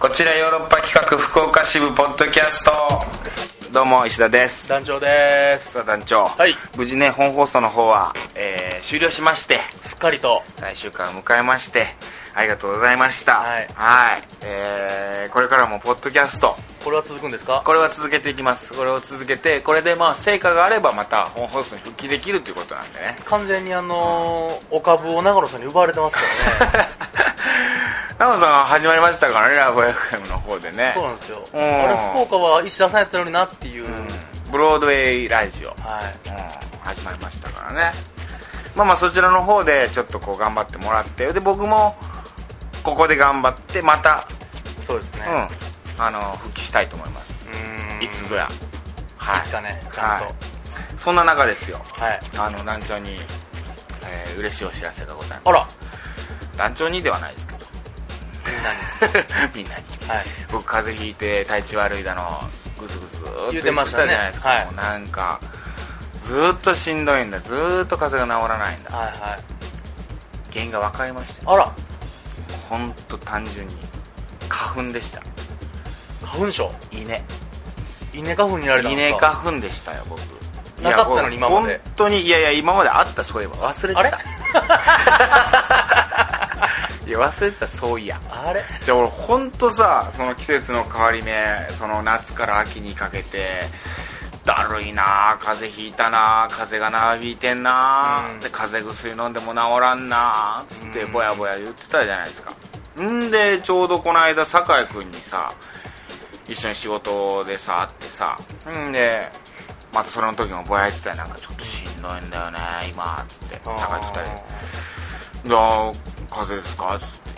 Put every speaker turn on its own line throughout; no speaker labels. こちらヨーロッパ企画福岡支部ポッドキャストどうも石田です
団長です
さあ団長、
はい
無事ね本放送の方は、えー終了しまして
すっかりと
最終回を迎えましてありがとうございました
はい
はいえーこれからもポッドキャスト
これは続くんですか
これは続けていきますこれを続けてこれでまあ成果があればまた本放送に復帰できるということなんでね
完全にあのーお株を長野さんに奪われてます からね
ナオさんは始まりましたからねラブ FM の方でね
そうなんですよ
うん
あれ福岡は石田さんやったのになっていう、
うんブロードウェイラジオ、
はい
うん始まりましたからねまあまあそちらの方でちょっとこう頑張ってもらってで僕もここで頑張ってまた、
そうですね
うんあの復帰したいと思います
うーん
いつぞや、はい
つかねちゃんと
はいそんな中ですよ
はい、
あの団長に、えー嬉しいお知らせがござい
あ
ま
ら
す団長にではないですけど
みんなに
みんなに
はい
僕風邪ひいて体調悪いだのグズグズーっと
言ってましたね
言ってじゃないですか、
はい
もうなんかずーっとしんどいんだずーっと風邪が治らないんだ
はいはい
原因が分かりました
あら
ほんと単純に花粉でした
花粉症
稲
稲花粉になれたんです
稲
か
花粉でしたよ僕
なかったのに
いや
今まで
本当にいやいや今まであったそういえば忘れて
あれ
たいや忘れてたそういや
あれ
じゃあ俺本当さその季節の変わり目その夏から秋にかけてだるいなあ風邪ひいたなあ風邪が長引いてんなあ、
うん
で風邪薬飲んでも治らんなあつって
うん
ぼやぼや言ってたじゃないですか、んでちょうどこの間酒井君にさ一緒に仕事でさ会ってさんでまたそれの時もぼやいてたよなんかちょっとしんどいんだよね今つって酒井と二人でいやー風邪ですか?」っつって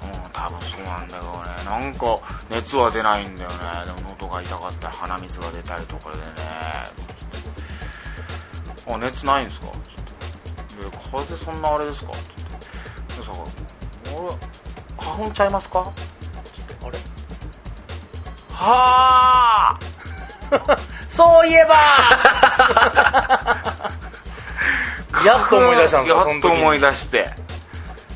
「うん多分そうなんだけどねなんか熱は出ないんだよねでも喉が痛かったら鼻水が出たりとかでね」あ熱ないんですか?」っつって「で風邪そんなあれですか?」っつってでさ「俺花粉ちゃいますか?」
あれ
はあ
そういえばやっと思い出したんですか
やっと思い
出
出して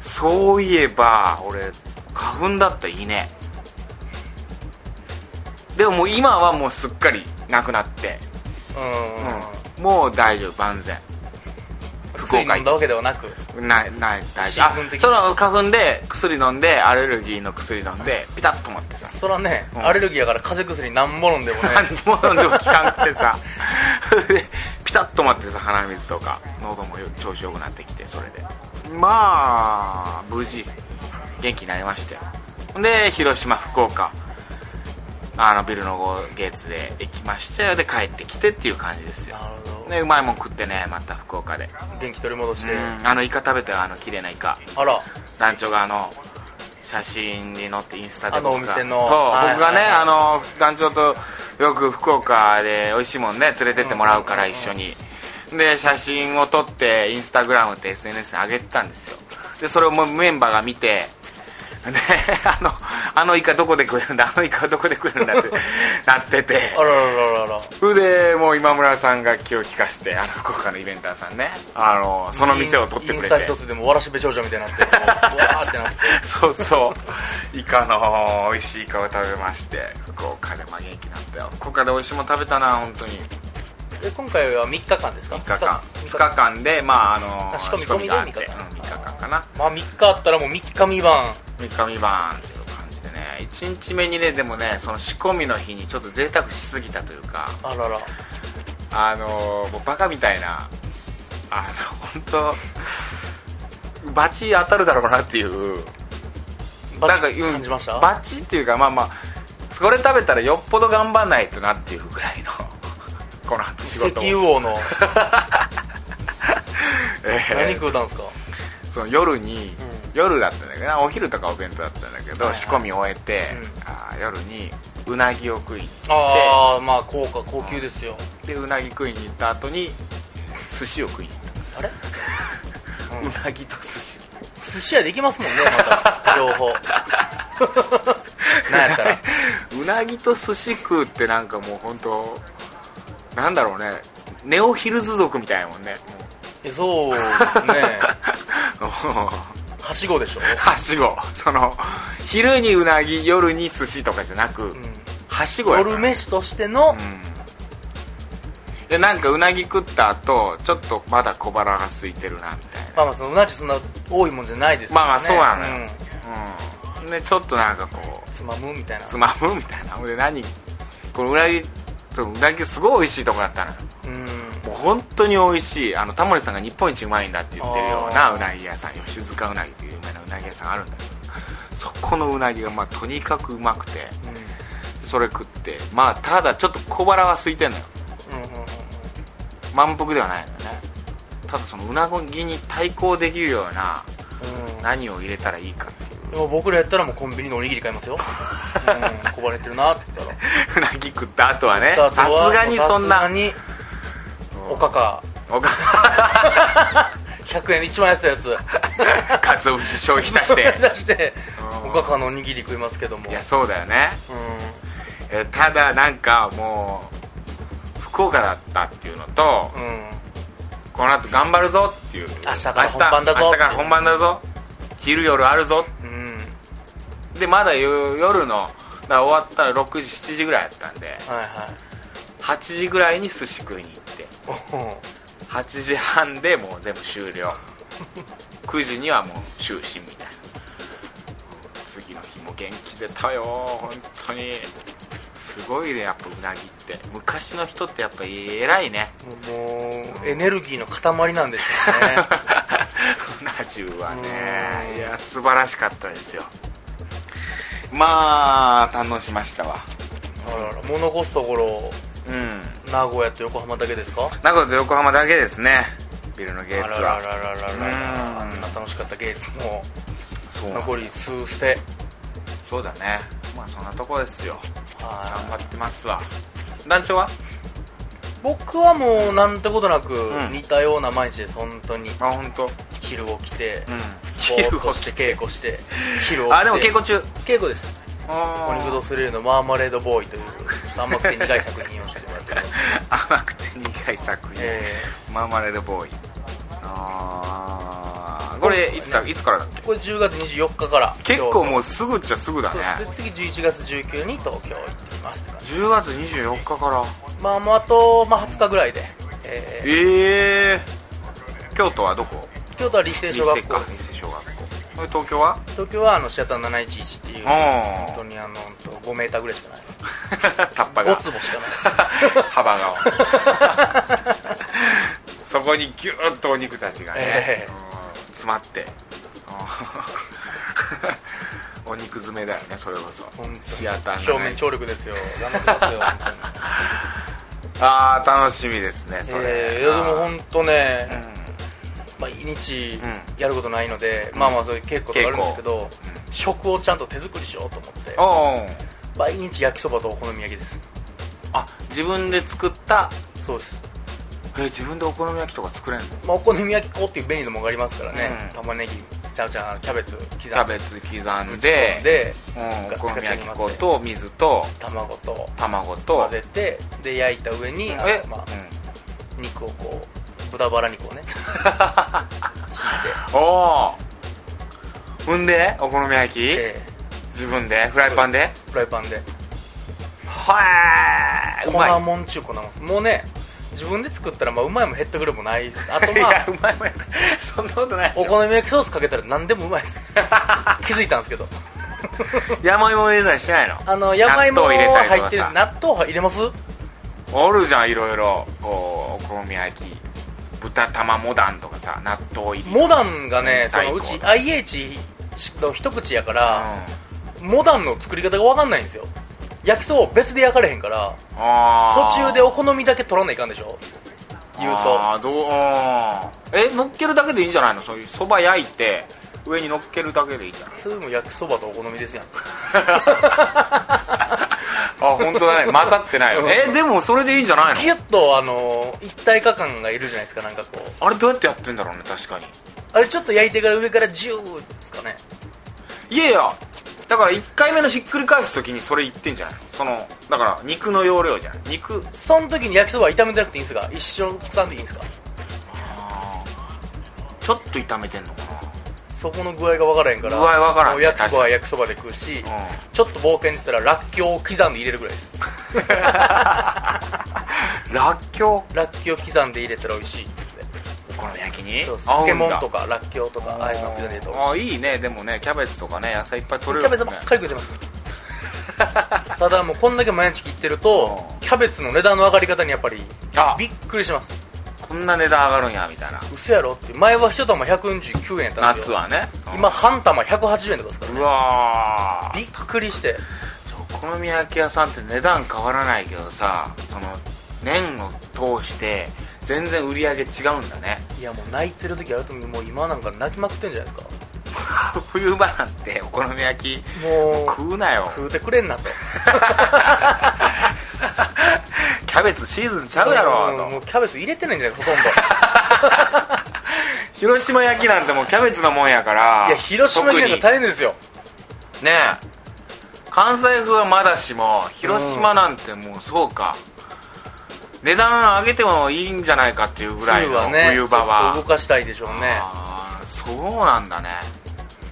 そういえば俺花粉だった稲でももう今はもうすっかりなくなって、
うんうんうん
うんもう大丈夫万全福
薬
岡
飲んだ
行
わけではなく
ないない大
シ
丈夫
ーズン
あ
的
そ
に
の花粉で薬飲んでアレルギーの薬飲んでピタッと止まってさ
そらね、
うん
アレルギーやから風邪薬何本飲んでもね
何も飲んでも効かなくてさ それでピタッと待ってさ鼻水とか喉もよ調子良くなってきてそれでまあ無事元気になりましたよで広島福岡あのビルの5ゲーツで行きましたよで帰ってきてっていう感じですよ
なるほど、
でうまいもん食ってねまた福岡で
元気取り戻して、
うんあのイカ食べたよあの綺麗なイカ
あら
団長があの写真に載ってインスタで
あの
僕が
お店の
そう、
はい
僕がね、
はいはい
あの団長とよく福岡で美味しいもんね連れてってもらうから
うん
一緒に、で写真を撮ってインスタグラムって SNS に上げてたんですよでそれをもうメンバーが見てであのあのイカどこで食えるんだあのイカどこで食えるん だってなってて
あらららららら
それでもう今村さんが気を利かしてあの福岡のイベンターさんねあのその店を撮ってくれて
インスタ一つでもわらしべ長女みたいになってこううわーってなって
そうそうイカの美味しいイカを食べまして福岡でまあ元気になったよ福岡で美味しいもの食べたな本当に
で今回は3日間ですか
3日間
二
2日間でまああの
あ仕込み
があって
込みで
3日間かな
まあ3日あったらもう3日未満
3日未満っていう感じでね1日目にねでもねその仕込みの日にちょっと贅沢しすぎたというか
あらら
あのもうバカみたいなあの本当バチ当たるだろうなっていう
バ
なん
チ
かうん
感じました
バチっていうかまあまあそれ食べたらよっぽど頑張んないとなっていうぐらいの この後仕
石
事を、え
油王 の
え
何食うたんですか
その夜に、
ん
夜だったんだけどなお昼とかお弁当だったんだけど、
はいはい
仕込み終えて、
うん
あー夜にうなぎを食いに行っ
ああまあ高価高級ですよ
てでうなぎ食いに行った後に寿司を食いに行っ
あれ
た、うなぎと寿司
寿司屋で行きますもんねまた両方なんやったら
うなぎと寿司食うってなんかもう本当なんだろうねネオヒルズ族みたいなもんね
えそうですね
もう
はしごでしょ
はしごその昼にうなぎ夜に寿司とかじゃなく、
うん
はしごやから
夜飯としての、
うんでなんかうなぎ食った後ちょっとまだ小腹が空いてるなみたいな
まあまあそのうなじそんな多いもんじゃないですから、ね、
まあまあそうなのよ
ん
うん、でちょっとなんかこう
つまむみたいな
つまむみたいなほんで何このうなぎそううなぎすごい美味しいとこだったのよ
うん
もう本当に美味しいあのタモリさんが日本一うまいんだって言ってるような
あー
うなぎ屋さん吉塚うなぎっていう有名なうなぎ屋さんあるんだけどそこのうなぎがまあとにかくうまくてそれ食ってまあただちょっと小腹は空いてんのよ
うんうんうんうん
満腹ではないのよねただそのうなぎに対抗できるような
うん
何を入れたらいいか っていう
でも僕らやったらもうコンビニのおにぎり買いますよ、うん、こばれてるなって言ったら
うなぎ食った後はね
あ
さ
と
す
は
がにそん
さすが
な
におかか
おか
100円で一番安いやつ
かかつお節消費出して
出して
うん
おかかのおにぎり食いますけども
いやそうだよね
う
えただなんかもう福岡だったっていうのと、
んうん
この後頑張るぞっていう
明日から本番だぞ
明日明日から本番だぞ昼夜あるぞ
うん
でまだ夜夜のだから終わったら6時7時ぐらいやったんで
はいはい
8時ぐらいに寿司食いに行って
おほ
8時半でもう全部終了 9時にはもう就寝みたいな次の日も元気出たよ本当にすごいねやっぱうなぎって昔の人ってやっぱ偉いね
もうエネルギーの塊なんでしょ うね
うな重は
う
ね
ん
いや素晴らしかったですよまあ堪能しましたわ
あららもう残すところ
うん
名古屋と横浜だけですか
名古屋と横浜だけですねビルのゲー
あ
ツ
らら
は
ららららら
うん
あんな楽しかったゲイツも
そう
残り数捨て
そうだねまあそんなとこですよ頑
は
張ってますわ団長はい
僕はもうなんてことなく
ん
似たような毎日です本当に
あ本当。
昼起きて
うん
ぼーっとして稽古して昼起きて
あでも稽古中
稽古です
あ
お肉ドスリルのマーマレードボーイというちょっと甘くて苦い作品をしてもらっており ま す、
甘くて苦い作品、
え
マーマレードボーイああこれいつだいつからだっけ
ーこれ10月24日から
結構
う
もうすぐっちゃすぐだね
次11月19に東京行ってきますって感じ
10月24日から
まあもうあと、まあ、20日ぐらいで、え
ええー、京都はどこ
ー京都は立成小学校
か
で
三
す
瀬小学校これ東京は
東京はあのシアター711っていう
あー
本当にあの本当5メーターぐらいしかない
タッパが
5坪しかない
幅が そこにギューッとお肉たちがね、
ええ
うん詰まってうん お肉詰めだよねそれこそ
本
シアタ
当に
ー
表面張力ですよ頑張ってますよ本当に
ああ楽しみですね それ、
えーいやでも
うん
本当ね、毎日やることないので、まあまあそういう稽古とかあるんですけど、食をちゃんと手作りしようと思って
おうん
毎日焼きそばとお好み焼きです
あ自分で作った
そうです、
え自分でお好み焼きとか作れんの
まあ、お好み焼き粉っていう便利なものがありますからね、
うん
玉ねぎちゃうちゃうキャベツ刻んで
キャベツ刻ん
ぶち込ん
で、
で
うん、
ガ
お
チ
好
ガ
み
チに
焼き粉
混ぜ
と水と
卵と
卵
混
と
ぜてで焼いた上に、あの
え、
まあ
う、ん
肉をこう豚バラ肉をね
おおんでお好み焼き、
引いて、え
自分でフライパンで
ーフライパンで
はーうまい
粉もんちゅう粉もんですもうね自分で作ったらまあうまいも減ってくるもないです あと
い
まあ
やうまいもんやそんなことないでし
お
ょ
好み焼きソースかけたら何でもうまいです 気づいたんですけど
山芋入れたりしないの
あの山芋入入
納豆入れたり
って
とか
る
さ
納豆入れます
おるじゃんいろいろこうお好み焼き豚玉モダンとかさ納豆入り
モダンがね
うん
そのう
最
ち
高
IH の一口やから、モダンの作り方が分かんないんですよ焼きそばを別で焼かれへんから途中でお
く
好みだけ取らないかんでしょ言うと
あーどうあーえ乗っけるだけでいいんじゃないのそういうそば焼いて上に乗っけるだけでいいじゃ ない
それも焼きそばとお好みですやん
あ本当だね混ざってないよ ねえでもそれでいいんじゃないの
ギュッとあの一体化感がいるじゃないですかなんかこう
あれどうやってやってんだろうね確かに
あれちょっと焼いてから上からジューですかね
いやいやだから1回目のひっくり返す時にそれ言ってんじゃないそのだから肉の容量じゃん肉
その時に焼きそばは炒めてなくていいんですか一緒に挟んでいいんですか
ちょっと炒めてんのかな
そこの具合が分からへんから
具合分からんね
もう焼きそばは焼きそばで食うし、 ちょっと冒険って言ったららっきょうを刻んで入れるぐらいです
らっきょ
らっきょう刻んで入れたら美味しいっつって
うお好み焼きに
そうです
合うん
漬
だ
物とからっきょうとかああいうの刻んで入れたら美
あ
味しい
いいねでもねキャベツとかね野菜いっぱい取れ
キャ
る
ベツ
もん
ば
ね
っかり食ってま すただもうこんだけ毎日切ってるとキャベツの値段の上がり方にやっぱり
あ
びっくりします
こんな値段上がるんやみたいな
嘘やろって前は一玉149円やったんで
夏
すよ
はね
今半玉180円とかですから
う
ね
わー
びっくりして
お好み焼き屋さんって値段変わらないけどさその年を通して全然売り上げ違うんだね
いやもう泣いてる時あると思うもう今なんか泣きまくってんじゃないですか
冬場なんてお好み焼き
もう
食うなよ
食うてくれんなと
キャベツシーズンちゃうやろ
うんも
と
うキャベツ入れてないんじゃないほとんど
広島焼きなんてもうキャベツのもんやから
いや広島行くの
特
大変ですよ
にねえ関西風はまだしも広島なんてもうそうか、値段上げてもいいんじゃないかっていうぐらいの冬場
ちょ
は
っと動かしたいでしょうね
あーそうなんだね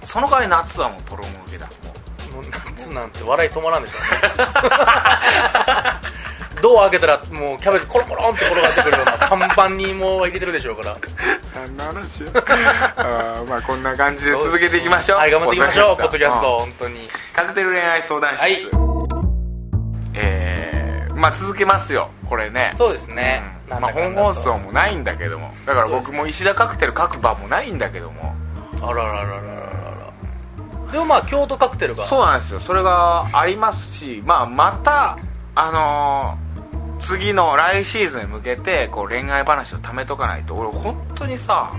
その代わり夏はもうポロム受けだもう
もう夏なんて笑い止まらんでしょうね ドア開けたらもうキャベツコロコロンって転がってくるようなパンパンにもう入れてるでしょうから
何の話 あーまあこんな感じで続けていきましょう
はい頑張っていきましょうポッドキャス
うん
ト本当に
カクテル恋愛相談室、
はい
えー、まあ続けますよこれね
そうですね
うん
なん
ま
だ
あ
か
本
んだと
放送もないんだけどもだから
そう
僕
です
も石田カクテル各場もないんだけども
あらららららららでもまあ京都カクテルが
そうなんですよそれがありますし、まあ、またあのー次の来シーズンに向けてこう恋愛話を貯めとかないと俺本当にさ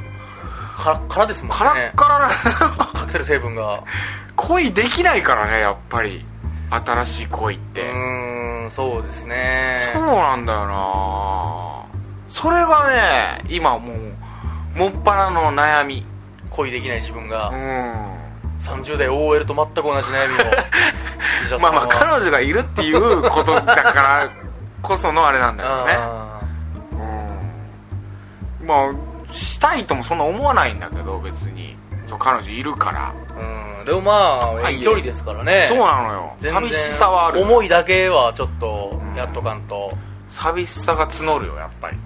からからですもんね
カラッカラな、
カクテル成分が
恋できないからねやっぱり新しい恋っ
う
て、
ーんそうです
そう
ね
なんだよなそれがね今もうもっぱらの悩み
恋できない自分が、
うん
30代 OL と全く同じ 悩みを石田さん
ま
は
あまあ彼女がいるっていうことだからこそのあれなんだよね
うん
うんまあしたいともそんな思わないんだけど別にそう彼女いるから、
うんでもまあ
はい
遠距離ですからね
そうなのよ
全然
寂しさはある
思いだけはちょっとやっとかんと、
寂しさが募るよやっぱり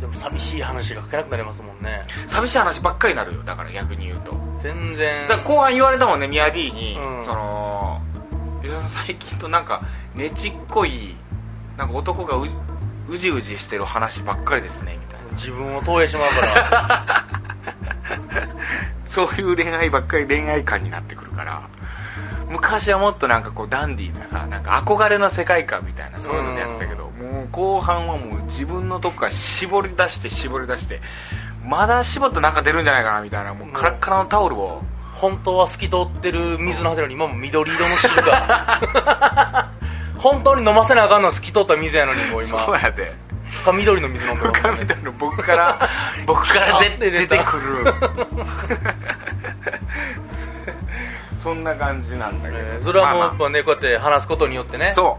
でも寂しい話が書けなくなりますもんね
寂しい話ばっかりになるよだから逆に言うと
全然
だから後半言われたもんねミヤディに、
うん
その吉田さん最近となんかねちっこいなんか男がううじうじしてる話ばっかりですねみたいな
自分を投影してもらう から
そういう恋愛ばっかり恋愛観になってくるから昔はもっとなんかこうダンディーなさなんか憧れの世界観みたいなそういうのでやってたけど、もう後半はもう自分のとこから絞り出して絞り出してまだ絞った中出るんじゃないかなみたいなもうカラッカラのタオルを
本当は透き通ってる水のはずなのに今も緑色の汁が 本当に飲ませなあかんのは透き通った水やのにもう
そ
今
うやって
深緑の水飲んでます
深みたいな僕から 僕から出て出てくる そんな感じなんだけど、
えーそれはもう
ま
や
あま
っ
あ
ぱねこうやって話すことによってね
そ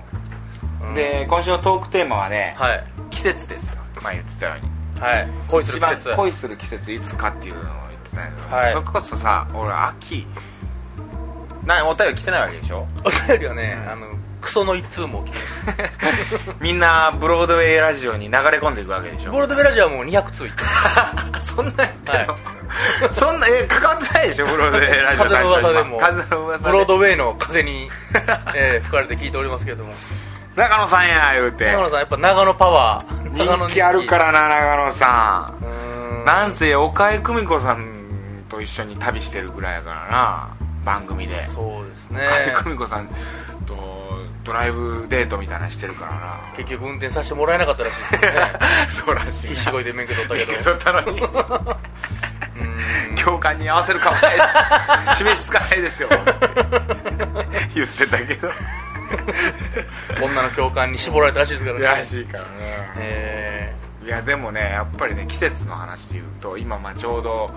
う、
うん
で今週のトークテーマはね、
はい
季節ですよ前言ってたように
はい恋する季
一
節
番恋する季節いつかっていうのを言ってたんやけど、
はい
それこそさ俺秋なお便り来てないわけでし ょ
お便りはね、あのクソの一通も来てます
みんなブロードウェイラジオに流れ込んでいくわけでしょ
ゴールドベラジオはもう200通いってま す
そんなやってんの、そんなえ関わってないでしょブロードウェイラジオ
風の噂でも
風の噂で
ブロードウェイの 風に、えー吹かれて聞いておりますけれども
中野さんや言うて
長野さんやっぱ長野パワー長野
人気あるからな長野さ
うー
ん
ん
なんせ岡井久美子さんと一緒に旅してるぐらいやからな番組で
そうですね
岡井久美子さんとドライブデートみたいなのしてるから
結局運転させてもらえなかったらしいです よね
なそうらしい
必死こいで免許取ったけど
取ったのに
うーん
共感に合わせる顔ないです示しつかないですよ 言ってたけど
女の共感に絞られたらしいですからね
らしいからね
え
いやでもねやっぱりね季節の話で言うと今まあちょうど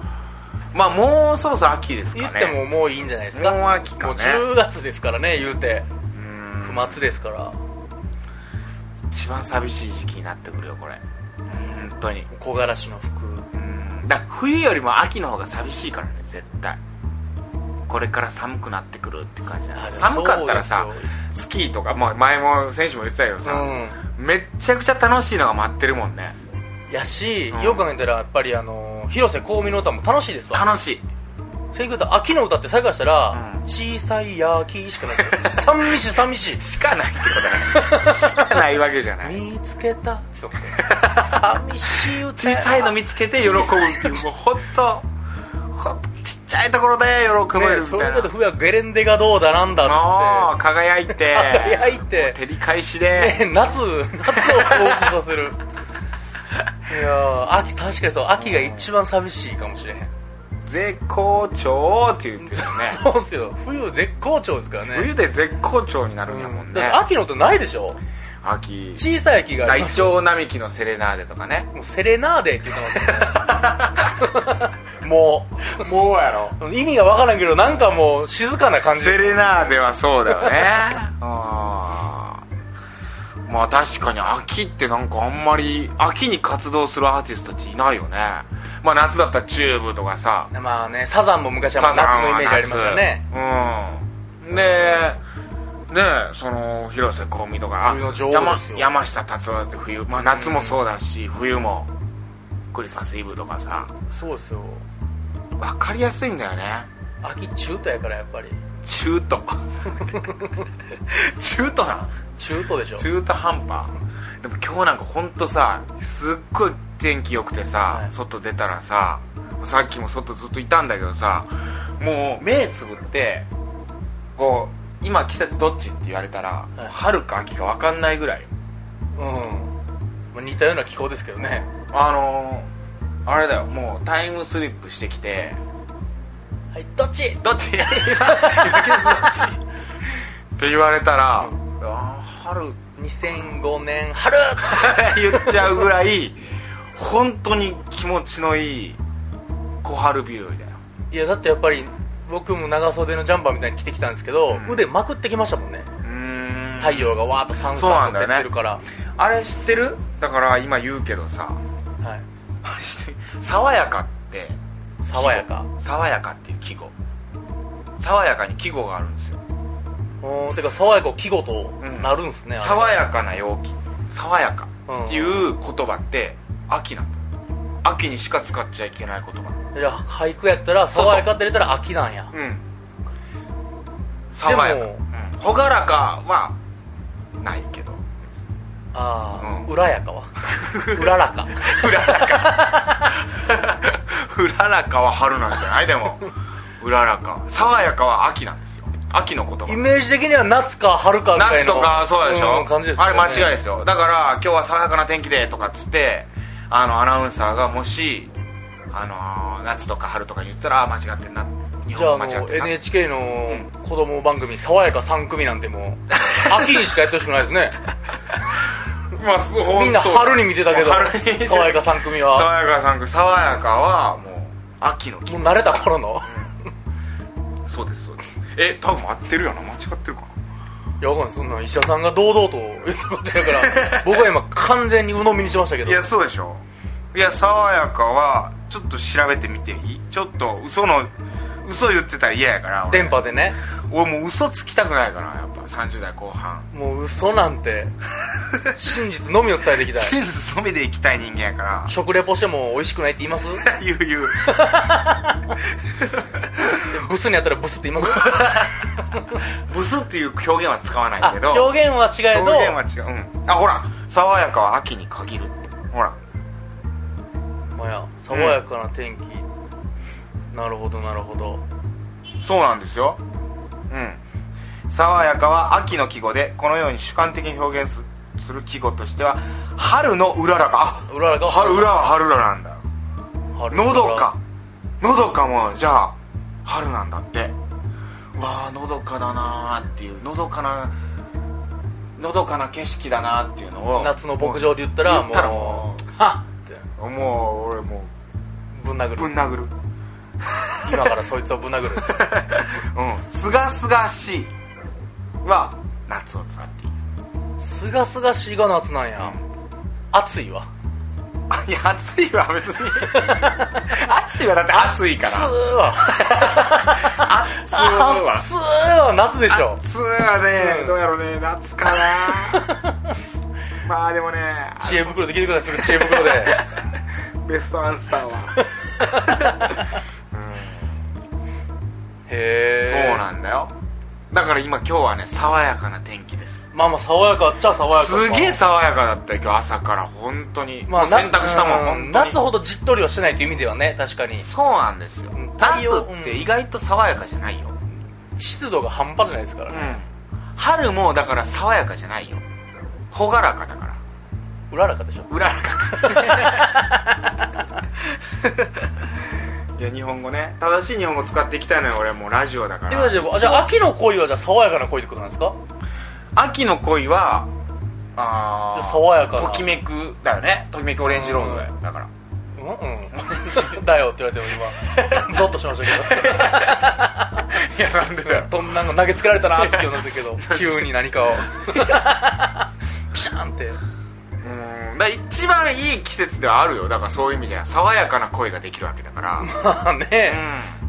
まあもうそろそろ秋です
ー
かね
言ってももういいんじゃないですか
もう秋かね
もう10月ですからね言うて
うん
9月ですから
一番寂しい時期になってくるよこれ本当に
木枯らしの服
うんだから冬よりも秋の方が寂しいからね絶対これから寒くなってくるって感じな
あ
ん
で
だ
も
寒かったらさ
そうですよ
スキーとか、まあ、前も選手も言ってたけどさ、めっちゃくちゃ楽しいのが待ってるもんね
やし、
うん
よく考えたらやっぱりあの広瀬香美の歌も楽しいですわ
楽しい
それ言うと秋の歌って最後からしたら
うん
「小さい焼き」しかない寂しい寂しい
しかないってこと だねしかないわけじゃない
見つけたそう寂しい歌
小さいの見つけて喜ぶって いうもうほんとほんとちっちゃいところで喜べる
ね
み
そう
た
い
いうな、
ことふやゲレンデがどうだなんだ
あ
っ
あ
つっ
輝いて
て輝いて
照り返し で、
ね、夏夏を彷彿させる いやー秋確かにそう秋が一番寂しいかもしれへん
絶好調って言ってる よね
そうっすよ冬絶好調ですからね
冬で絶好調になるんやもんね、
だって秋の音ないでしょ
秋
小さい秋があ
大
ります
腸並木のセレナーデとかね
もうセレナーデって言ってます よも
もうやろ
う意味がわからんけどなんかもう静かな感じ
セ
です
レナーデは そうだよねあーまあ確かに秋ってなんかあんまり秋に活動するアーティストっていないよねまあ夏だったらチューブとかさ
まあねサザンも昔は夏のイメージありましたね
うんでねえその広瀬香美とかあ
冬の女王です
山
よ
山下達郎だって冬、まあ、夏もそうだし、冬もクリスマスイブとかさ
そうですよ
分かりやすいんだよね
秋中途やからやっぱり
中途中途な
中途でしょ
中途半端でも今日なんかほんとさすっごい天気良くてさ、
はい
外出たらささっきも外ずっといたんだけどさもう目つぶってこう今季節どっちって言われたら、
はい
春か秋か分かんないぐらい
うん、まあ、似たような気候ですけどね
あのー、あれだよもうタイムスリップしてきて
はいどっち
どっち今季節どっちって言われたら、あー春
2005年春
言っちゃうぐらい本当に気持ちのいい小春日和だよ
いやだってやっぱり僕も長袖のジャンパーみたいに着てきたんですけど、
うん
腕まくってきましたもんね
うーん
太陽がわーっとさん
そうな
さ
ん
ん
だ
と
よね
照ってるから、
あれ知ってるだから今言うけどさ
はい、
爽やかって
爽やか
爽やかっていう季語爽やかに季語があるんですよ
おーてか爽やかを季語となるんですね、あれ
爽やかな陽気爽やかっていう言葉って秋なんだよ秋にしか使っちゃいけない言葉
じゃあ俳句やったら爽やかって入れたら秋なんや
うん爽やか、
でも
うん朗らかはないけ ど
ああ、
うん
うら やかはうららか
うららかうららかは春なんじゃないで もうららか爽やかは秋なんですよ秋の言
イ
葉
メージ的には夏か春かみたい
夏
な
とかそうでしょ、
ん感じですよ
あ
ね、
れ間違いですよだから今日は爽やかな天気でとかっつってあのアナウンサーがもし、あのー夏とか春とか言ったらあー間違ってんな日
じゃあ
本
あ
間違っ
の
てんな
NHK の子供番組「爽やか3組」なんても う秋にしかやってほしくないですね
まあすごいほと
みんな春に見てたけど
春に見て
爽やか3組は
爽やかさん爽やかはもう秋の季
もう慣れた頃の
そうですそうですえ多分合ってるよな間違ってるかない
やわかんないそんな医者さんが堂々と言ったことやから 僕は今完全に鵜呑みにしましたけど
いやそうでしょいや爽やかはちょっと調べてみていいちょっと嘘の嘘言ってたら嫌やから俺
電波でね
俺もう嘘つきたくないからやっぱ30代後半
もう嘘なんて真実のみを伝えていきた い
真実のみでいきたい人間やか
食レポしても美味しくないって言いますで
ら言う言う
ブスにやったらブスって言います
ブスっていう表現は使わない
あ
けど
表現は違えど
表現は違う、うん、あほら爽やかは秋に限るほら
まあや爽やかな天気、なるほどなるほど
そうなんですようん爽やかは秋の季語でこのように主観的に表現すする季語としては春のうららかあ
うららか
春裏は春らなんだよ
春
のどかのどかもじゃあ春なんだってうわあのどかだなーっていうのどかなのどかな景色だなーっていうのを
夏の牧場で言ったら
言
も
っ
う
たらも
はっって
うもう俺も
ぶん殴
うぶん
る
殴る
今からそいつをぶ ん殴る
うんすがすがしいは夏を使っていい
すがすがしいが夏なんや、暑いわ
いや暑いは別に 暑いはだって暑いから
暑 いわ
暑いは
暑いわ夏でしょ
暑いはね、
うん
どうやろうね夏かな まあでもね
知恵袋できてくださいすぐ知恵 袋で
ベストアンサーは、
へ
そう
え
なんだよだから今今日はね爽やかな天気です
まあまあ爽やかっちゃ爽やか
すげえ爽やかだったよ今日朝から本当に、
ま
ま
あ
あ、洗濯したもん
う
本当に
夏ほどじっとりはしてないという意味ではね確かに
そうなんですよ
うん太陽
夏って意外と爽やかじゃないよ、
湿度が半端じゃないですからね、
春もだから爽やかじゃないよ朗らかだから
うららかでしょ
うららか いや日本語ね正しい日本語使っていきたいのよ俺もうラジオだか
ってこと
ら
はじゃあじゃあ秋の恋はじゃあ爽やかな恋ってことなんですか
秋の恋はあー
爽やかな
ときめくだよねときめくオレンジロードだよだから
うんうんだよって言われても今 ゾッとしましたけ
いやなんでだよ
どどんなんか投げつけられたなって今日なったけど急に何かを ピシャンって
うんだから一番いい季節ではあるよだからそういう意味じゃ爽やかな恋ができるわけだから、
まあね、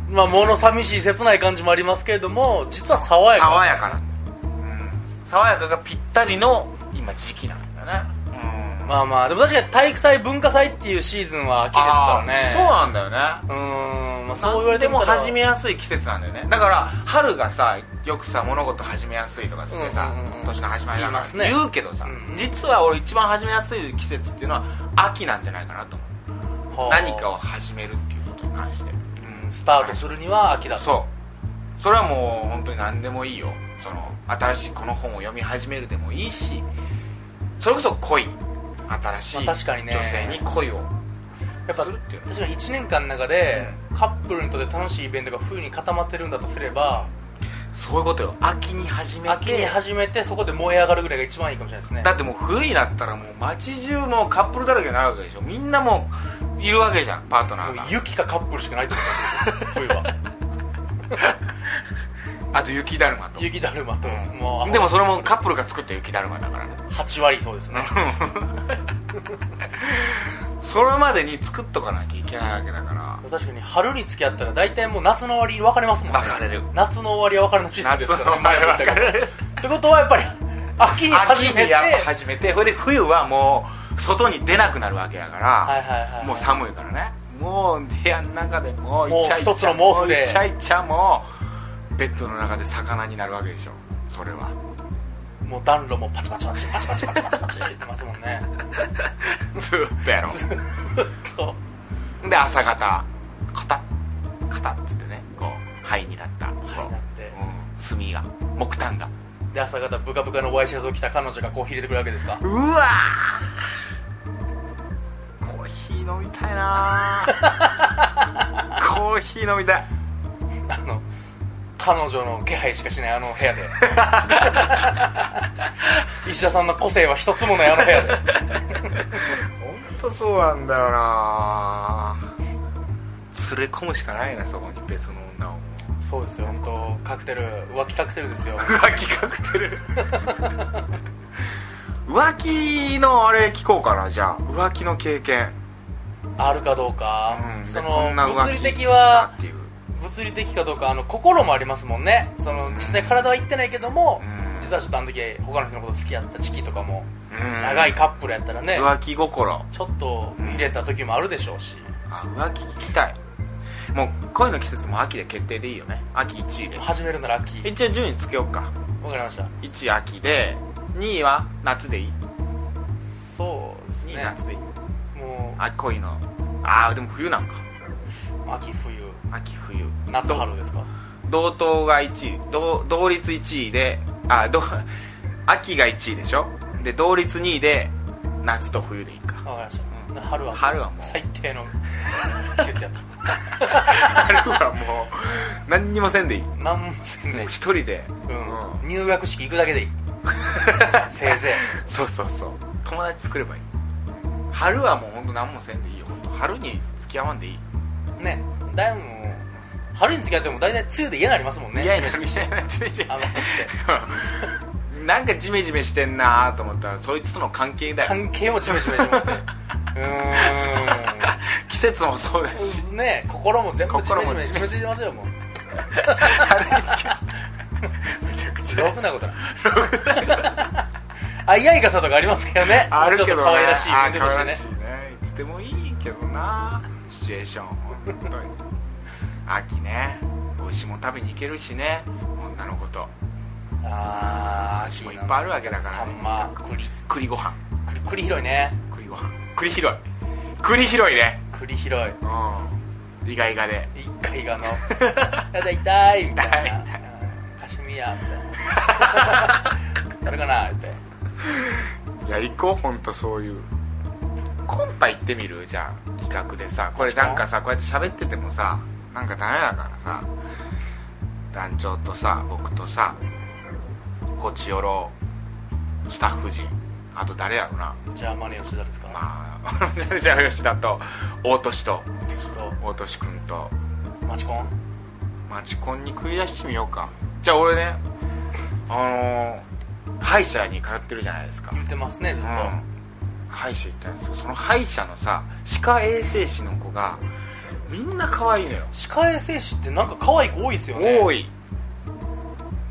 う
まあ物寂しい切ない感じもありますけれども実は爽
ん、
やか
爽やかな、うん、爽やかがぴったりの今時期なんだよねうん
まあまあでも確かに体育祭文化祭っていうシーズンは秋です
あ
からね
ーそうなんだよね
うーん、まあ、そう言われて
でも
みたら
始めやすい季節なんだよねだから春がさよくさ物事始めやすいとかつってさ、
うんうんうん
年の始まりだ
言い
か
ます
ら
ね
言うけどさ、
うんうん
実は俺一番始めやすい季節っていうのは秋なんじゃないかなと思う
はあ
何かを始めるっていうことに関して
うんスタートするには秋だと
そうそれはもう本当に何でもいいよその新しいこの本を読み始めるでもいいしそれこそ恋新しい
まあ
女
確かにね
性に恋を
やっぱ
するっていうの
確かに1年間の中で、カップルにとって楽しいイベントが冬に固まってるんだとすれば
そういうことよ秋に始めて
秋に始めてそこで燃え上がるぐらいが一番いいかもしれないですね
だってもう冬になったらもう街中もうカップルだらけになるわけでしょみんなもういるわけじゃんパートナ
もう
ーが
雪かカップルしかないと思うんですよ冬は
あと雪だるまと
雪だるまと、
うん
もう
でもそれもカップルが作った雪だるまだからね
8割そうですね
それまでに作っとかなきゃいけないわけだから
確かに春に付き合ったら大体もう夏の終わりに別れますもんね
別れる
夏の終わりは別れの季節ですから、
夏
ね、
の終わりは別れる
前も言ったけどってことはやっぱり秋に
秋
始め
に
て
やっぱ
は
始めてそれで冬はもう外に出なくなるわけやから、
いはいはい
もう寒いからねもう部屋の中でもう
もう
イチャイチャ
一つの毛布で
もうイチャイチャもうベッドの中で魚になるわけでしょそれは
もう暖炉もパチパチパチパチパチパチパチパチってますもんね
ずーっとやろう
そう
で朝方肩肩っつってねこう灰になった
灰になって
こううん、炭が木炭が
で朝方ブカブカのワイシャツを着た彼女がこう入れてくるわけですか
うわーコーヒー飲みたいな ーコーヒー飲みたい
あの彼女の気配しかしないあの部 屋で石田さんの個性は一つもないあの部屋で
本当そうなんだよなー連れ込むしかないなそこに別の女を
そうですよ本当カクテル浮気カクテルですよ
浮気カクテル 浮気のあれ聞こうかなじゃあ浮気の経験
あるかどうか、
うん
そ
こ
の
んな浮気
物理的は
したっていう
物理的かどうかあの心もありますもんねその実際体は言ってないけども、
うん
実はちょっとあの時他の人のこと好きやった時期とかも、
うん
長いカップルやったらね
浮気心
ちょっと入れた時もあるでしょうし、
あ浮気聞きたいもう恋の季節も秋で決定でいいよね秋1位で
始めるなら秋
一応順位つけようか
わかりました
1位秋で2位は夏でいい
そうです
2位
ね
夏でいい
もう
あ恋のああでも冬なんか
秋冬
秋冬
夏春ですか
同等が1位同同率1位であど 秋が1位でしょで同率2位で夏と冬でいいか
わかりました、春は
春はもう
最低の季節やと
春はもう何にもせんでいいも
何もせん
う
ね
一人で
うん、入学式行くだけで いいせいぜ
そうそうそう友達作ればいい春はもう本当何もせんでいいよほんと春に付き合わんでいい
いねだいぶもう春に付き合っても大体梅雨で嫌になりますもんね
嫌
ジ
に
メ
な
ジ
る
メして雨降って
なんかジメジメしてんなーと思ったらそいつとの関係だよ
関係もジメジメしてもらって
季節もそうだし
ね心も全部ジメジメジメジメますよもう
めちゃくちゃ
ロフなことなあいやい傘とかありますけどね
あるけ
ちょ
ど、
っ
ね、
と可愛らしい
あ
イベントとして
可愛ら
ね
しいねいつでもいいけどなシチュエーション本 当に秋ね美味しいもん食べに行けるしね女の子と
ああ
私もいっぱいあるわけだから
サンマ栗
栗ご飯
栗栗広いね
栗ご飯栗広い栗広いね
栗広い
うん意外がで
一 回がのやだ痛いみたい
痛い
なうんカシミヤみたい な誰かなって
いや行こう本当そういうコンパ行ってみるじゃあ企画でさこれなんかさこうやって喋っててもさなんかダメだからさ団長とさ僕とさこちよろスタッフ陣あと誰やろな
ジャーマネ吉田ですか、
まあ じゃあ吉田と大俊と
私と
大俊君と
マチコン
マチコンに食い出してみようかじゃあ俺ねあのー歯医者に通ってるじゃないですか
言ってますねずっと、
うん歯医者行ったんですよその歯医者のさ歯科衛生士の子がみんな可愛いのよ、
歯科衛生士ってなんか可愛い子多いですよね
多
い
い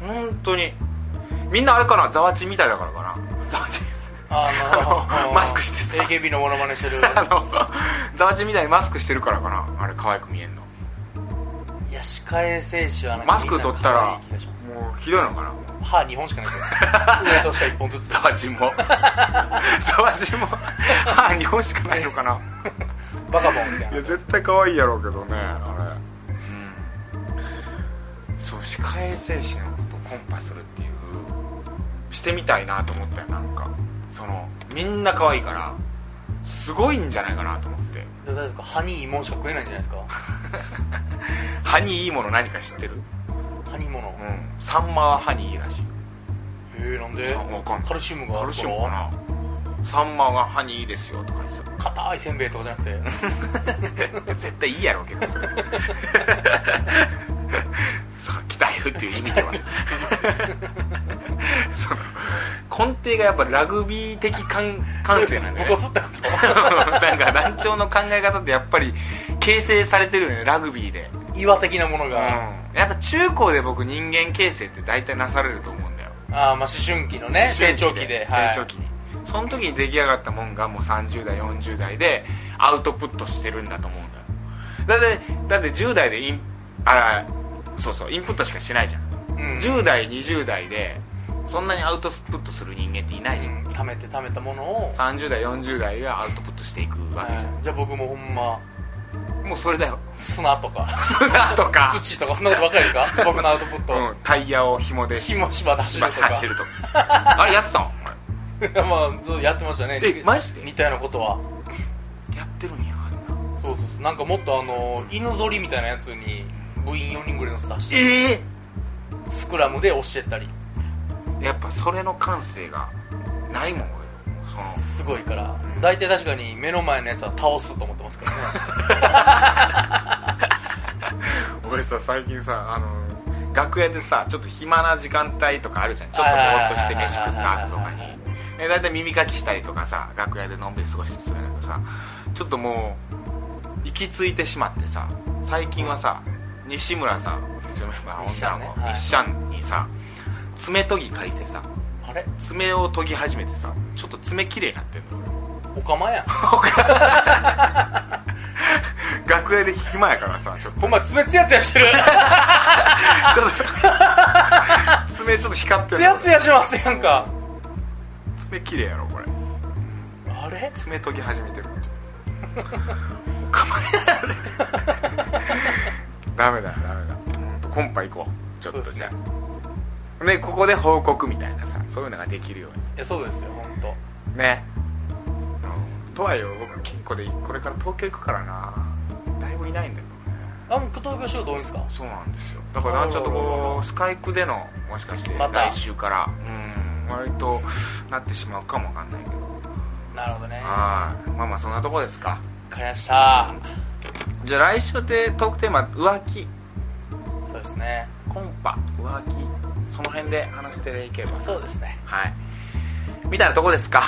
本当にみんなあれかなざわちみたいだからかなざわち
あ
あ
の
の マスクしてさ
AKB のモノマネし てる
あのざわちみたいにマスクしてるからかなあれ可愛く見えんの
いや歯科衛生士はなんか
マスク取ったら
みんな可愛い気がします
もうひどいのかな
歯2本しかないですよ上と下1本ずつ
ざわち もざわちも歯2本しかないのかな
バカボンみたい
い
な
や絶対可愛いやろうけどねあれうんそう歯科衛生士のことコンパするっていうしてみたいなと思ったよなんかそのみんな可愛いからすごいんじゃないかなと思って
で大丈夫ですか歯にいいもんしか食えないんじゃないですか
歯にいいもの何か知ってる
歯にいいもの
うんサンマは歯にいいらしい
えー、なんで
あわかんない
カルシウムが
カ
ある
ル
か
シウムからなサンマが歯にいいですよとか言ってた
硬いせんべいとかじゃなくて
絶対いいやろうけ どその鍛えるっていう意味では その根底がやっぱラグビー的感感性なんで、
ぶ
ね、
こつったこと
なんか団長の考え方ってやっぱり形成されてるよねラグビーで、
岩的なもの
うん、
が、
やっぱ中高で僕人間形成って大体なされると思うんだよ
あーまあ思春期のね成長期で、はい、
成長期にその時に出来上がったもんがもう30代40代でアウトプットしてるんだと思うんだよだってだって10代でインあそうそうインプットしかしないじゃん、
うん
10代20代でそんなにアウトプットする人間っていないじゃん、
うん、溜めて溜めたものを、
30代40代がアウトプットしていくわけじゃん、
はいじゃあ僕もほんま
もうそれだよ
砂とか
砂とか、
土とかそんなことばっかりですか僕のアウトプット、
うん、タイヤを紐で
紐縛で走
縛っ
ると
て
か
走るとかあれやってたのお前
まあそうやってましたね
えマジで
似たようなことは
やってるんやあんな
そうそうそうなんかもっとあの犬ぞりみたいなやつに部員4人ぐらいのスタッフ
ええ
スクラムで教えたり
やっぱそれの感性がないもん俺その
すごいから大体確かに目の前のやつは倒すと思ってますからね
俺さ最近さあの楽屋でさちょっと暇な時間帯とかあるじゃんちょっとぼーっとして飯食った後とかにえ大体耳かきしたりとかさ楽屋でのんびり過ごしてするんだけどさちょっともう行き着いてしまってさ最近はさ西村さんうちのメンバ
西
ー
村
女
ね
の
は
子
い
西ちゃんにさ爪研ぎ借りてさ
あれ
爪を研ぎ始めてさちょっと爪綺麗になってんの
おかまやん
俺楽屋で暇やからさちょっと
ほんま爪ツヤツ ヤしてる
ちょっと爪ちょっと光って
ツ
る
ヤツヤしますやんか
爪綺麗やろこれ
あれ
爪研ぎ始めてる構えないダメだダメだほんとコンパ行こうちょっと
そうです
じ
ね
ゃあで,、ここで報告みたいなさそういうのができるよう
いやそうですよ本当。
にね、とはいえ僕金庫でこれから東京行くからなだいぶいないんだよ
あもう東京仕事多いんですか
そうなんですよだからなんちょっとこうスカイプでのもしかして
また
来週から、うん割となってしまうかもわかんないけど
なるほどね
は
わ
いまあまあそんなとこですか
かりました
じゃあ来週でトークテーマ浮気
そうですね
コンパ浮気その辺で話していけば
そうですね
はいみたいなとこですか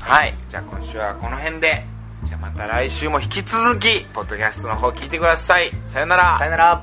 はいじゃあ今週はこの辺でじじゃあまた来週も引き続きポッドキャストの方聞いてくださいさよなら
さよなら